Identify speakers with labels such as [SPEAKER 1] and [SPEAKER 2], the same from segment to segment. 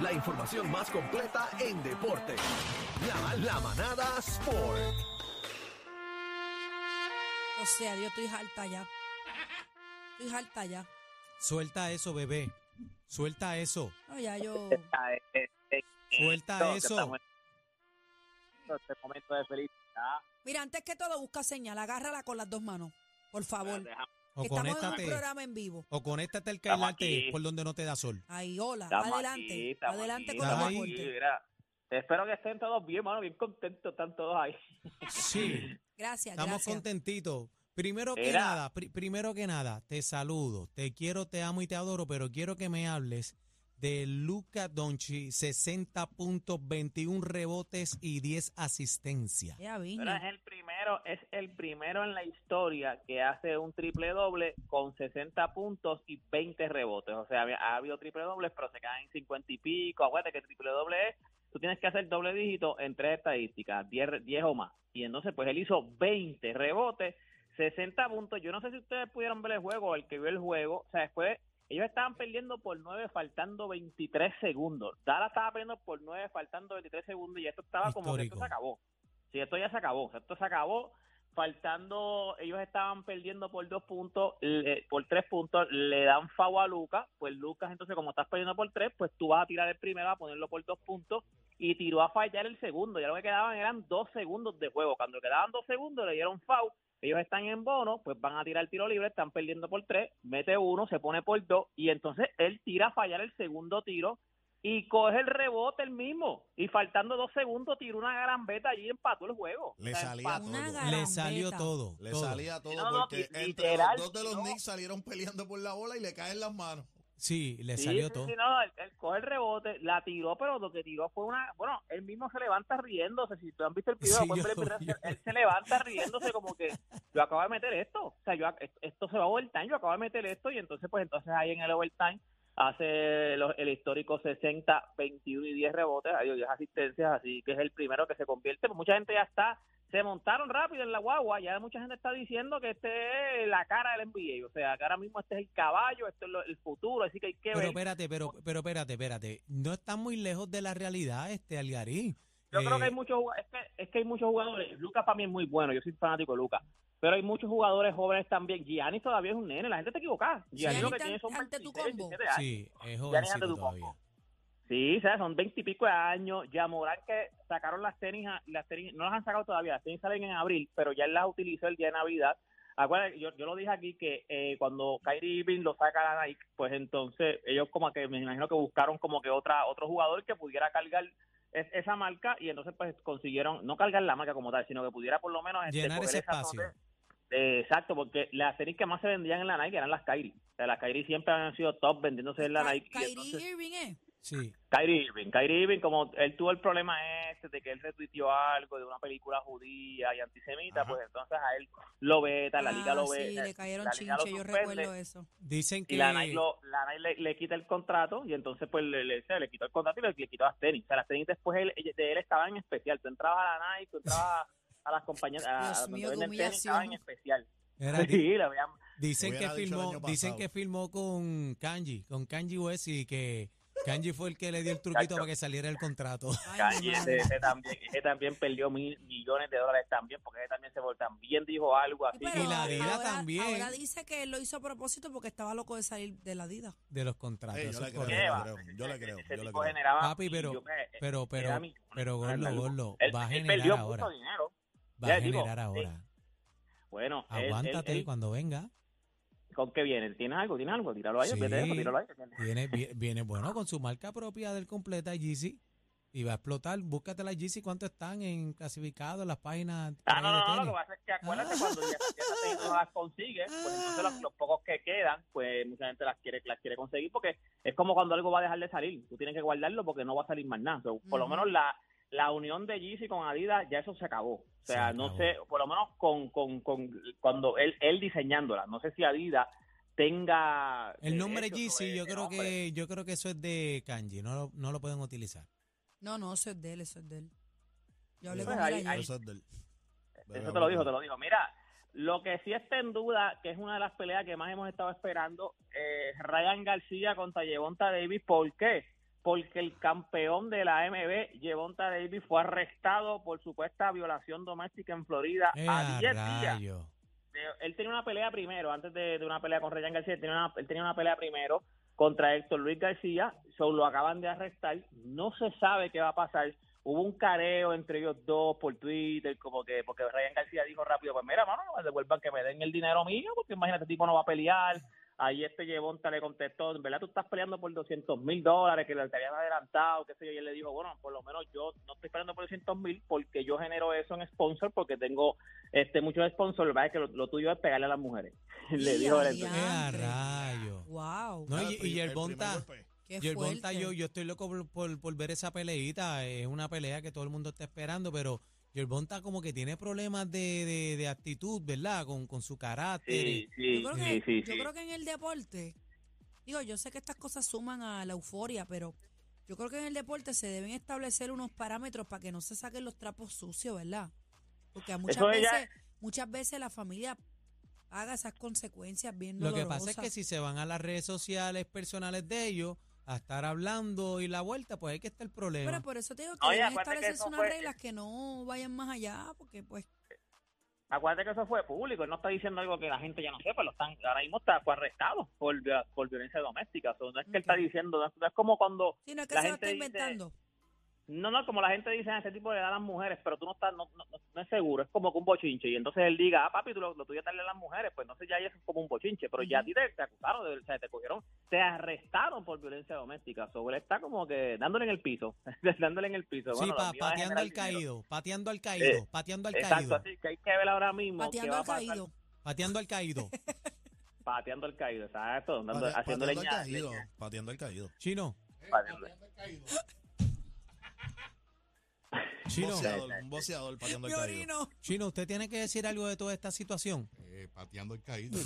[SPEAKER 1] la información más completa en deporte. La, la manada Sport.
[SPEAKER 2] O sea, Dios, estoy harta ya. Estoy harta ya.
[SPEAKER 3] Suelta eso, bebé. Suelta eso.
[SPEAKER 2] No, ya yo.
[SPEAKER 4] a este
[SPEAKER 3] Suelta
[SPEAKER 4] momento, que
[SPEAKER 3] eso.
[SPEAKER 4] estamos en este momento de felicidad.
[SPEAKER 2] Mira, antes que todo, busca señal. Agárrala con las dos manos. Por favor.
[SPEAKER 4] Dejamos-
[SPEAKER 3] O
[SPEAKER 2] Estamos en
[SPEAKER 3] conéctate.
[SPEAKER 2] un programa en vivo.
[SPEAKER 3] O conéctate al
[SPEAKER 4] Estamos
[SPEAKER 3] cailante
[SPEAKER 4] aquí.
[SPEAKER 3] por donde no te da sol.
[SPEAKER 2] Ahí, hola.
[SPEAKER 4] estamos
[SPEAKER 2] adelante.
[SPEAKER 4] aquí, estamos
[SPEAKER 2] adelante
[SPEAKER 4] aquí,
[SPEAKER 2] con
[SPEAKER 4] estamos
[SPEAKER 2] los
[SPEAKER 3] ahí.
[SPEAKER 4] aquí,
[SPEAKER 2] deportes.
[SPEAKER 4] mira. Espero que estén todos bien, mano, bien contentos, están todos ahí.
[SPEAKER 3] Sí.
[SPEAKER 2] Gracias,
[SPEAKER 3] Estamos
[SPEAKER 2] gracias.
[SPEAKER 3] contentitos. Primero que
[SPEAKER 4] Mira.
[SPEAKER 3] nada, pri- primero que nada, te saludo, te quiero, te amo y te adoro, pero quiero que me hables de Luca Donchi, 60 puntos, 21 rebotes y 10 asistencias.
[SPEAKER 2] Ya, Viño.
[SPEAKER 4] Pero es el primero, es el primero en la historia que hace un triple doble con 60 puntos y 20 rebotes. O sea, había- ha habido triple dobles, pero se quedan en 50 y pico. Acuérdate que el triple doble es, tú tienes que hacer doble dígito en tres estadísticas, 10, re- 10 o más. Y entonces, pues él hizo 20 rebotes, 60 puntos. Yo no sé si ustedes pudieron ver el juego, el que vio el juego. O sea, después ellos estaban perdiendo por 9 faltando 23 segundos. Dallas estaba perdiendo por 9 faltando 23 segundos y esto estaba como que esto
[SPEAKER 3] Histórico.
[SPEAKER 4] se acabó. Sí, esto ya se acabó. Esto se acabó. Faltando, ellos estaban perdiendo por dos puntos, le- eh, por tres puntos, le dan favo a Lucas, pues Lucas entonces como estás perdiendo por tres, pues tú vas a tirar el primero, a ponerlo por dos puntos, y tiró a fallar el segundo, ya lo que quedaban eran dos segundos de juego, cuando quedaban dos segundos le dieron foul, ellos están en bono, pues van a tirar el tiro libre, están perdiendo por tres, mete uno, se pone por dos, y entonces él tira a fallar el segundo tiro, y coge el rebote el mismo. Y faltando dos segundos, tiró una gran beta allí y empató el juego.
[SPEAKER 5] Le salía
[SPEAKER 4] empató.
[SPEAKER 2] Una
[SPEAKER 5] todo.
[SPEAKER 3] Le
[SPEAKER 2] garambeta.
[SPEAKER 3] salió todo.
[SPEAKER 5] Le
[SPEAKER 3] todo.
[SPEAKER 5] salía todo
[SPEAKER 4] No, no,
[SPEAKER 5] porque
[SPEAKER 4] li-
[SPEAKER 5] entre
[SPEAKER 4] literal,
[SPEAKER 5] los dos de los
[SPEAKER 4] no.
[SPEAKER 5] Knicks salieron peleando por la bola y le caen las manos.
[SPEAKER 3] Sí, le
[SPEAKER 4] Sí,
[SPEAKER 3] salió
[SPEAKER 4] sí,
[SPEAKER 3] todo.
[SPEAKER 4] sí, no, él, él coge el rebote, la tiró, pero lo que tiró fue una. Bueno, él mismo se levanta riéndose. Si tú han visto el video,
[SPEAKER 3] Sí,
[SPEAKER 4] pueden ver el
[SPEAKER 3] yo-
[SPEAKER 4] video,
[SPEAKER 3] yo-
[SPEAKER 4] él se levanta riéndose como que yo acabo de meter esto. O sea, yo, ac- esto se va a overtime, yo acabo de meter esto. Y entonces, pues entonces ahí en el overtime hace los- el histórico 60, 21 y 10 rebotes, adiós, 10 asistencias, así que es el primero que se convierte. Pues Mucha gente ya está, se montaron rápido en la guagua, ya mucha gente está diciendo que este es la cara del NBA, o sea, que ahora mismo este es el caballo, esto es lo- el futuro, así que hay que
[SPEAKER 3] Pero
[SPEAKER 4] ver.
[SPEAKER 3] espérate, pero, pero espérate, espérate. No está muy lejos de la realidad, este Algarín.
[SPEAKER 4] Yo creo que
[SPEAKER 3] Eh,
[SPEAKER 4] hay muchos jugad- es que, es que hay muchos jugadores, Lucas para mí es muy bueno, yo soy fanático de Lucas, pero hay muchos jugadores jóvenes también, Gianni todavía es un nene, la gente está equivocada, Gianni
[SPEAKER 2] Giannis
[SPEAKER 4] lo que
[SPEAKER 2] está
[SPEAKER 4] tiene son
[SPEAKER 2] ante tu
[SPEAKER 4] 26,
[SPEAKER 2] combo.
[SPEAKER 4] 27 años.
[SPEAKER 3] Sí, es
[SPEAKER 4] ante
[SPEAKER 3] jovencito
[SPEAKER 4] tu
[SPEAKER 3] todavía.
[SPEAKER 4] combo. Sí, o sea, son veintipico de años. Ya Morán que sacaron las tenis, a- las tenis, no las han sacado todavía, las tenis salen en abril, pero ya él las utilizó el día de Navidad. Acuérdate, yo, yo lo dije aquí que eh, cuando Kyrie Irving lo saca a la Nike, pues entonces ellos como que me imagino que buscaron como que otra otro jugador que pudiera cargar es- esa marca y entonces pues consiguieron no cargar la marca como tal, sino que pudiera por lo menos este,
[SPEAKER 3] Llenar
[SPEAKER 4] coger
[SPEAKER 3] ese
[SPEAKER 4] esa
[SPEAKER 3] espacio.
[SPEAKER 4] zona- eh, exacto, porque las tenis que más se vendían en la Nike eran las Kyrie. O sea, las Kyrie siempre han sido top vendiéndose en la
[SPEAKER 2] Ka-
[SPEAKER 4] Nike. y
[SPEAKER 2] Kyrie
[SPEAKER 4] entonces-
[SPEAKER 2] Irving, ¿eh?
[SPEAKER 3] Sí,
[SPEAKER 4] Kyrie Irving, Kyrie Irving, como él tuvo el problema este de que él retuiteó algo de una película judía y antisemita,
[SPEAKER 5] Ajá.
[SPEAKER 4] pues entonces a él lo veta, la liga
[SPEAKER 2] Ah,
[SPEAKER 4] lo veta.
[SPEAKER 2] Sí, le cayeron
[SPEAKER 4] la liga lo
[SPEAKER 2] chinche, yo
[SPEAKER 4] suspende,
[SPEAKER 2] recuerdo eso.
[SPEAKER 3] dicen que...
[SPEAKER 4] Y la Nike, lo- la Nike le, le quita el contrato y entonces pues le, le, o sea, le quitó el contrato y le, le quitó las tenis. O sea, las tenis después él- ella- de él estaban en especial. Tú entrabas a la Nike, tú entrabas a las compañías, a,
[SPEAKER 2] Dios
[SPEAKER 4] a donde
[SPEAKER 2] mío, qué
[SPEAKER 4] venden tenis, estaban en
[SPEAKER 2] humillación.
[SPEAKER 4] especial.
[SPEAKER 3] Era-
[SPEAKER 4] Sí, la veían
[SPEAKER 3] Dicen que
[SPEAKER 5] Hubiera dicho el
[SPEAKER 3] firmó,
[SPEAKER 5] año
[SPEAKER 3] dicen
[SPEAKER 5] pasado.
[SPEAKER 3] que firmó con Kanji, con Kanji West y que Kanji fue el que le dio el truquito
[SPEAKER 4] Chacho.
[SPEAKER 3] para que saliera el contrato.
[SPEAKER 2] Ay, mi
[SPEAKER 4] Kanye, ese,
[SPEAKER 2] madre.
[SPEAKER 4] ese también, ese también perdió mil, millones de dólares también, porque ese también se vol- también dijo algo así.
[SPEAKER 2] Sí, pero
[SPEAKER 3] Y la
[SPEAKER 4] que-
[SPEAKER 3] Adidas
[SPEAKER 2] ahora-
[SPEAKER 3] también.
[SPEAKER 2] Ahora dice que él lo hizo a propósito porque estaba loco de salir de la Adidas.
[SPEAKER 3] De los contratos.
[SPEAKER 5] Ey, yo
[SPEAKER 3] eso
[SPEAKER 5] le
[SPEAKER 3] es
[SPEAKER 5] creo, yo
[SPEAKER 3] correcto.
[SPEAKER 5] le
[SPEAKER 4] Lleva.
[SPEAKER 5] creo, yo le creo,
[SPEAKER 4] Ese
[SPEAKER 5] yo le
[SPEAKER 4] tipo
[SPEAKER 5] creo.
[SPEAKER 4] generaba
[SPEAKER 3] Papi, pero-
[SPEAKER 4] millones.
[SPEAKER 3] Pero, pero,
[SPEAKER 4] eh, era mi-
[SPEAKER 3] pero, Gorlo,
[SPEAKER 4] Arnaldo.
[SPEAKER 3] Gorlo,
[SPEAKER 4] Él-
[SPEAKER 3] va a
[SPEAKER 4] él
[SPEAKER 3] generar
[SPEAKER 4] perdió
[SPEAKER 3] ahora.
[SPEAKER 4] mucho dinero.
[SPEAKER 3] Va a
[SPEAKER 4] Ya, digo,
[SPEAKER 3] generar
[SPEAKER 4] sí.
[SPEAKER 3] ahora.
[SPEAKER 4] Bueno, él- él-
[SPEAKER 3] Aguántate
[SPEAKER 4] él-
[SPEAKER 3] cuando venga.
[SPEAKER 4] ¿Con qué viene? ¿Tienes algo? ¿Tienes algo? Tíralo ahí,
[SPEAKER 3] Sí.
[SPEAKER 4] olvídate de eso, tíralo ahí.
[SPEAKER 3] Viene, vie- viene bueno con su marca propia del completa Yeezy. Y va a explotar. Búscate las Yeezy. ¿Cuánto están en clasificados las páginas? por
[SPEAKER 4] Ah,
[SPEAKER 3] ahí
[SPEAKER 4] no,
[SPEAKER 3] de
[SPEAKER 4] no, no,
[SPEAKER 3] tenis?
[SPEAKER 4] lo que pasa es que
[SPEAKER 3] Ah.
[SPEAKER 4] acuérdate cuando ya, ya esa tenis no las consigues, pues entonces los, los pocos que quedan, pues mucha gente las quiere, las quiere conseguir porque es como cuando algo va a dejar de salir, tú tienes que guardarlo porque no va a salir más nada. So, por lo
[SPEAKER 2] Ujú.
[SPEAKER 4] menos la, la unión de Yeezy con Adidas ya eso se acabó. O sea,
[SPEAKER 3] Se
[SPEAKER 4] no
[SPEAKER 3] acabó.
[SPEAKER 4] sé, por lo menos con, con, con cuando él, él diseñándola, no sé si Adidas tenga
[SPEAKER 3] El nombre
[SPEAKER 4] derechos
[SPEAKER 3] Yeezy,
[SPEAKER 4] sobre
[SPEAKER 3] yo
[SPEAKER 4] ese
[SPEAKER 3] creo
[SPEAKER 4] nombre.
[SPEAKER 3] que yo creo que eso es de Kanji, no lo, no lo pueden utilizar.
[SPEAKER 2] No, no, eso es de él, eso es de él. Yo hablé
[SPEAKER 4] Pues
[SPEAKER 2] con él
[SPEAKER 4] ahí-
[SPEAKER 2] ayer.
[SPEAKER 4] ahí-
[SPEAKER 5] Eso es del-
[SPEAKER 4] Eso te lo dijo, te lo dijo. Mira, lo que sí está en duda, que es una de las peleas que más hemos estado esperando, eh, Ryan García contra Yevonta Davis. ¿Por qué? Porque el campeón de la MB, Yevonta Davis, fue arrestado por supuesta violación doméstica en Florida
[SPEAKER 3] Eh,
[SPEAKER 4] a
[SPEAKER 3] a
[SPEAKER 4] 10 días.
[SPEAKER 3] rayo.
[SPEAKER 4] Eh, Él tenía una pelea primero, antes de, de una pelea con Ryan García, él tenía una, él tenía una pelea primero contra Héctor Luis García, so, lo acaban de arrestar, no se sabe qué va a pasar. Hubo un careo entre ellos dos por Twitter, como que porque Ryan García dijo rápido, pues mira, mano, me devuelvan que me den el dinero mío, porque imagínate, este tipo no va a pelear. Ahí este Yevonta le contestó, en verdad tú estás peleando por 200 mil dólares, que le habían adelantado, qué sé yo, y él le dijo, bueno, por lo menos yo no estoy peleando por 200 mil porque yo genero eso en sponsor, porque tengo este muchos sponsors, lo que pasa es que lo, lo tuyo es pegarle a las mujeres. le
[SPEAKER 2] Ya,
[SPEAKER 4] dijo él,
[SPEAKER 3] Eh,
[SPEAKER 4] entonces,
[SPEAKER 3] a
[SPEAKER 2] Diantre.
[SPEAKER 3] rayo.
[SPEAKER 2] Wow,
[SPEAKER 3] No, y, y el Bonta,
[SPEAKER 2] qué
[SPEAKER 3] y el
[SPEAKER 2] fuerte.
[SPEAKER 3] Bonta, yo, yo estoy loco por, por, por ver esa peleita. Es una pelea que todo el mundo está esperando, pero el Bonta como que tiene problemas de, de, de actitud, ¿verdad? Con, con su carácter.
[SPEAKER 4] sí, sí,
[SPEAKER 2] Yo creo,
[SPEAKER 4] sí,
[SPEAKER 2] que,
[SPEAKER 4] sí,
[SPEAKER 2] yo
[SPEAKER 4] sí.
[SPEAKER 2] creo que en el deporte, digo, yo sé que estas cosas suman a la euforia, pero yo creo que en el deporte se deben establecer unos parámetros para que no se saquen los trapos sucios, ¿verdad? Porque a muchas
[SPEAKER 4] Eso
[SPEAKER 2] veces,
[SPEAKER 4] ella-
[SPEAKER 2] muchas veces la familia paga esas consecuencias bien
[SPEAKER 3] Lo que
[SPEAKER 2] dolorosas.
[SPEAKER 3] pasa es que si se van a las redes sociales personales de ellos a estar hablando y la vuelta, pues hay que estar el problema.
[SPEAKER 2] Pero por eso te digo que
[SPEAKER 4] Oye,
[SPEAKER 2] deben
[SPEAKER 4] acuérdate que
[SPEAKER 2] establecerse
[SPEAKER 4] eso
[SPEAKER 2] unas
[SPEAKER 4] fue-
[SPEAKER 2] reglas que no vayan más allá, porque pues
[SPEAKER 4] Acuérdate que eso fue público, él no está diciendo algo que la gente ya no sepa, lo están, ahora mismo está fue arrestado por, viola- por violencia doméstica, O sea, no es que él
[SPEAKER 2] Ok.
[SPEAKER 4] está diciendo, no es- no es como cuando
[SPEAKER 2] si no es que
[SPEAKER 4] La
[SPEAKER 2] se lo
[SPEAKER 4] gente
[SPEAKER 2] está
[SPEAKER 4] dice-
[SPEAKER 2] inventando.
[SPEAKER 4] No, no, como la gente dice, "Ah, ese tipo le da a las mujeres, pero tú no estás, no, no, no es seguro, es como que un bochinche. Y entonces él diga, ah, papi, tú lo, lo tuyo es darle a las mujeres, pues entonces ya eso es como un bochinche, pero ya a ti te, te acusaron, de- o sea, te cogieron, te arrestaron por violencia doméstica. Sobre él está como que dándole en el piso, dándole en el piso.
[SPEAKER 3] sí,
[SPEAKER 4] Bueno, lo
[SPEAKER 3] pa-
[SPEAKER 4] mío es
[SPEAKER 3] pateando
[SPEAKER 4] generar
[SPEAKER 3] al
[SPEAKER 4] dinero.
[SPEAKER 3] caído, pateando al caído,
[SPEAKER 4] Eh,
[SPEAKER 3] pateando al
[SPEAKER 4] Exacto,
[SPEAKER 3] caído,
[SPEAKER 4] así que hay que ver ahora mismo. qué
[SPEAKER 2] Pateando
[SPEAKER 4] va
[SPEAKER 2] al
[SPEAKER 4] a pasar.
[SPEAKER 2] caído.
[SPEAKER 3] pateando al caído.
[SPEAKER 4] Pateando al caído, exacto, dando-
[SPEAKER 5] Pate-
[SPEAKER 4] haciendo
[SPEAKER 5] pateando al
[SPEAKER 4] leña.
[SPEAKER 5] caído,
[SPEAKER 4] leña-
[SPEAKER 5] Pateando al caído.
[SPEAKER 3] Chino,
[SPEAKER 4] pateando.
[SPEAKER 3] chino,
[SPEAKER 5] Boceador, un boceador pateando al
[SPEAKER 2] Mi
[SPEAKER 5] caído.
[SPEAKER 2] orino.
[SPEAKER 3] chino, usted tiene que decir algo de toda esta situación.
[SPEAKER 6] Eh, pateando el caído.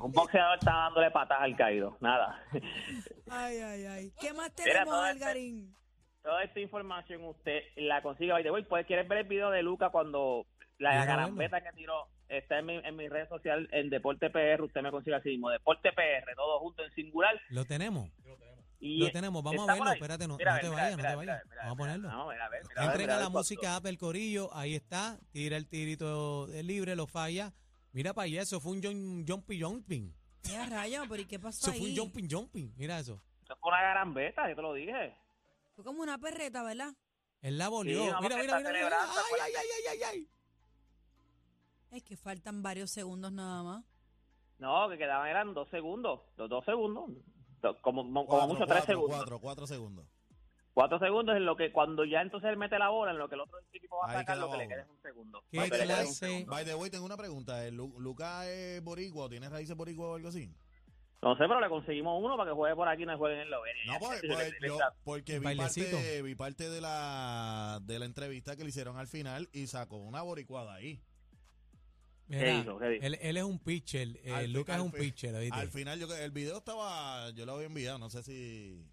[SPEAKER 4] Un boxeador está dándole patas al caído, nada.
[SPEAKER 2] Ay, ay, ay. ¿Qué más
[SPEAKER 4] Mira,
[SPEAKER 2] tenemos,
[SPEAKER 4] todo este-
[SPEAKER 2] Algarín?
[SPEAKER 4] Toda esta información usted la consigue. Oye, güey, pues quieres ver el video de Luca cuando la
[SPEAKER 3] Mira,
[SPEAKER 4] garambeta que tiró está en mi, en mi red social, en Deporte PR. Usted me consigue así mismo, Deporte PR, todo junto en singular.
[SPEAKER 3] Lo tenemos,
[SPEAKER 4] Y
[SPEAKER 3] lo tenemos. Vamos
[SPEAKER 4] está
[SPEAKER 3] a
[SPEAKER 4] por
[SPEAKER 3] verlo,
[SPEAKER 4] ahí.
[SPEAKER 3] espérate, no, no
[SPEAKER 4] Mira, a ver,
[SPEAKER 3] te
[SPEAKER 4] mira,
[SPEAKER 3] vayas, no
[SPEAKER 4] mira,
[SPEAKER 3] te
[SPEAKER 4] mira,
[SPEAKER 3] vayas.
[SPEAKER 4] mira,
[SPEAKER 3] Vamos a
[SPEAKER 4] mira.
[SPEAKER 3] ponerlo.
[SPEAKER 4] Vamos a ver, a ver, mira, a ver, mira,
[SPEAKER 3] Entrega
[SPEAKER 4] a
[SPEAKER 3] la
[SPEAKER 4] ver cuánto-
[SPEAKER 3] música app del corillo, ahí está, tira el tirito de libre, lo falla. Mira para allá, eso fue un jump- jumpy jumping.
[SPEAKER 2] Mira, Rayo, pero ¿y qué pasó
[SPEAKER 3] Eso fue un
[SPEAKER 2] ahí?
[SPEAKER 3] jumping jumping, mira eso.
[SPEAKER 4] Eso fue una garambeta, yo te lo dije.
[SPEAKER 2] Fue como una perreta, ¿verdad?
[SPEAKER 3] Él la volvió.
[SPEAKER 4] vamos, pues.
[SPEAKER 3] mira,
[SPEAKER 4] que
[SPEAKER 3] mira, mira,
[SPEAKER 4] está
[SPEAKER 3] mira.
[SPEAKER 4] celebrando,
[SPEAKER 3] Ay, ay,
[SPEAKER 4] acuérdate.
[SPEAKER 3] ay, ay, ay, ay.
[SPEAKER 2] Es que faltan varios segundos nada más.
[SPEAKER 4] No, que quedaban eran dos segundos, los dos segundos, do- como, como
[SPEAKER 5] Cuatro,
[SPEAKER 4] mucho tres
[SPEAKER 5] cuatro,
[SPEAKER 4] segundos. Cuatro.
[SPEAKER 5] Cuatro, cuatro segundos.
[SPEAKER 4] segundos en lo que cuando ya entonces él mete la bola, en lo que el otro equipo va a
[SPEAKER 5] Ahí
[SPEAKER 4] sacar,
[SPEAKER 5] queda
[SPEAKER 4] lo que le
[SPEAKER 5] uno.
[SPEAKER 4] queda es un segundo.
[SPEAKER 3] Qué
[SPEAKER 4] Lo que le queda es un
[SPEAKER 3] clase.
[SPEAKER 4] segundo.
[SPEAKER 5] By the way, tengo una pregunta. ¿El Lu- ¿Luca es boricua o tiene raíces boricua o algo así?
[SPEAKER 4] No sé, pero le conseguimos uno para que juegue por aquí y no juegue en Eslovenia.
[SPEAKER 5] No, pues,
[SPEAKER 4] Yo
[SPEAKER 5] pues,
[SPEAKER 4] le- le-
[SPEAKER 5] yo-
[SPEAKER 4] le-
[SPEAKER 5] porque vi
[SPEAKER 3] Bailecito.
[SPEAKER 5] parte, vi parte de la de la entrevista que le hicieron al final y sacó una boricuada ahí.
[SPEAKER 3] Mira,
[SPEAKER 4] hizo? ¿Qué dijo?
[SPEAKER 3] Él, él es un pitcher, eh,
[SPEAKER 5] Al fi-
[SPEAKER 3] Lucas es
[SPEAKER 5] al
[SPEAKER 3] un
[SPEAKER 5] fi-
[SPEAKER 3] pitcher, ¿oíste?
[SPEAKER 5] Al final, yo, el video estaba, yo lo había enviado, no sé si...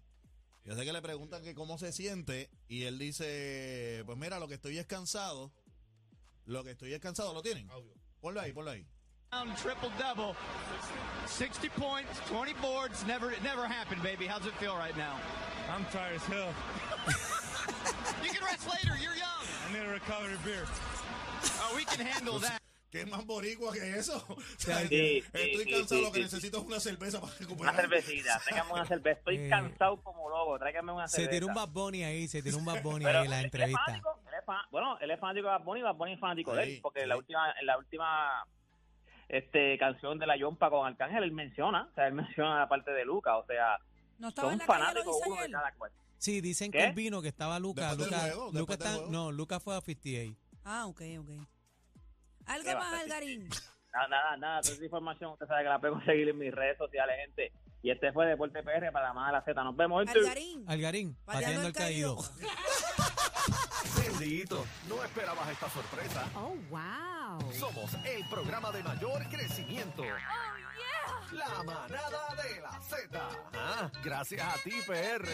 [SPEAKER 5] Yo sé que le preguntan que cómo se siente y él dice, pues mira, lo que estoy es cansado. Lo que estoy es cansado, ¿lo tienen? Ponlo ahí, ponlo ahí.
[SPEAKER 7] triple double, 60 points, 20 boards. Never, it never happened, baby. How's it feel right now?
[SPEAKER 8] I'm tired as hell.
[SPEAKER 7] You can rest later. You're young.
[SPEAKER 8] I need a recovery beer.
[SPEAKER 7] Oh, we can handle that.
[SPEAKER 5] ¿Qué más boricua que eso? O sea,
[SPEAKER 4] Sí,
[SPEAKER 5] estoy
[SPEAKER 4] sí,
[SPEAKER 5] cansado,
[SPEAKER 4] sí,
[SPEAKER 5] lo que
[SPEAKER 4] sí,
[SPEAKER 5] necesito es una cerveza para
[SPEAKER 4] Una
[SPEAKER 5] recuperar.
[SPEAKER 4] cervecita, tráigame una cerveza. Estoy
[SPEAKER 3] Eh,
[SPEAKER 4] cansado como loco, tráigame una
[SPEAKER 3] Se
[SPEAKER 4] cerveza.
[SPEAKER 3] tiró un Bad Bunny ahí, se tiró un Bad Bunny
[SPEAKER 4] Pero
[SPEAKER 3] ahí en la
[SPEAKER 4] él es
[SPEAKER 3] entrevista.
[SPEAKER 4] fanático, él es fan- bueno, él es fanático de Bad Bunny, Bad Bunny es fanático de
[SPEAKER 5] Sí,
[SPEAKER 4] él, porque
[SPEAKER 5] sí.
[SPEAKER 4] la última, en la última este, canción de La Yompa con Arcángel, él menciona, o sea, él menciona la parte de Luca, o sea,
[SPEAKER 2] No estaba en la
[SPEAKER 4] son
[SPEAKER 2] calle,
[SPEAKER 4] fanáticos
[SPEAKER 2] lo dice
[SPEAKER 4] uno de
[SPEAKER 2] ayer.
[SPEAKER 4] cada cual.
[SPEAKER 3] Sí, dicen que
[SPEAKER 4] ¿Qué?
[SPEAKER 3] él vino, que estaba Lucas.
[SPEAKER 5] Después del
[SPEAKER 3] Lucas
[SPEAKER 5] juego,
[SPEAKER 3] Luca
[SPEAKER 5] después del
[SPEAKER 3] está-
[SPEAKER 5] juego.
[SPEAKER 3] no, Lucas fue a 58.
[SPEAKER 2] Ah, ok, ok.
[SPEAKER 4] Qué
[SPEAKER 2] Algo más,
[SPEAKER 4] bastante.
[SPEAKER 2] Algarín.
[SPEAKER 4] Nada, nada, nada, toda esa información usted sabe que la puede conseguir en mis redes sociales, gente. Y este fue Deporte PR para más de la Z. Nos vemos. gente.
[SPEAKER 2] Algarín.
[SPEAKER 3] Algarín, pateando el caído.
[SPEAKER 1] Bendito, no esperabas esta sorpresa.
[SPEAKER 6] Oh, wow. Oh,
[SPEAKER 1] Somos el programa de mayor crecimiento. La manada de la Z. Ah, gracias a ti, PR.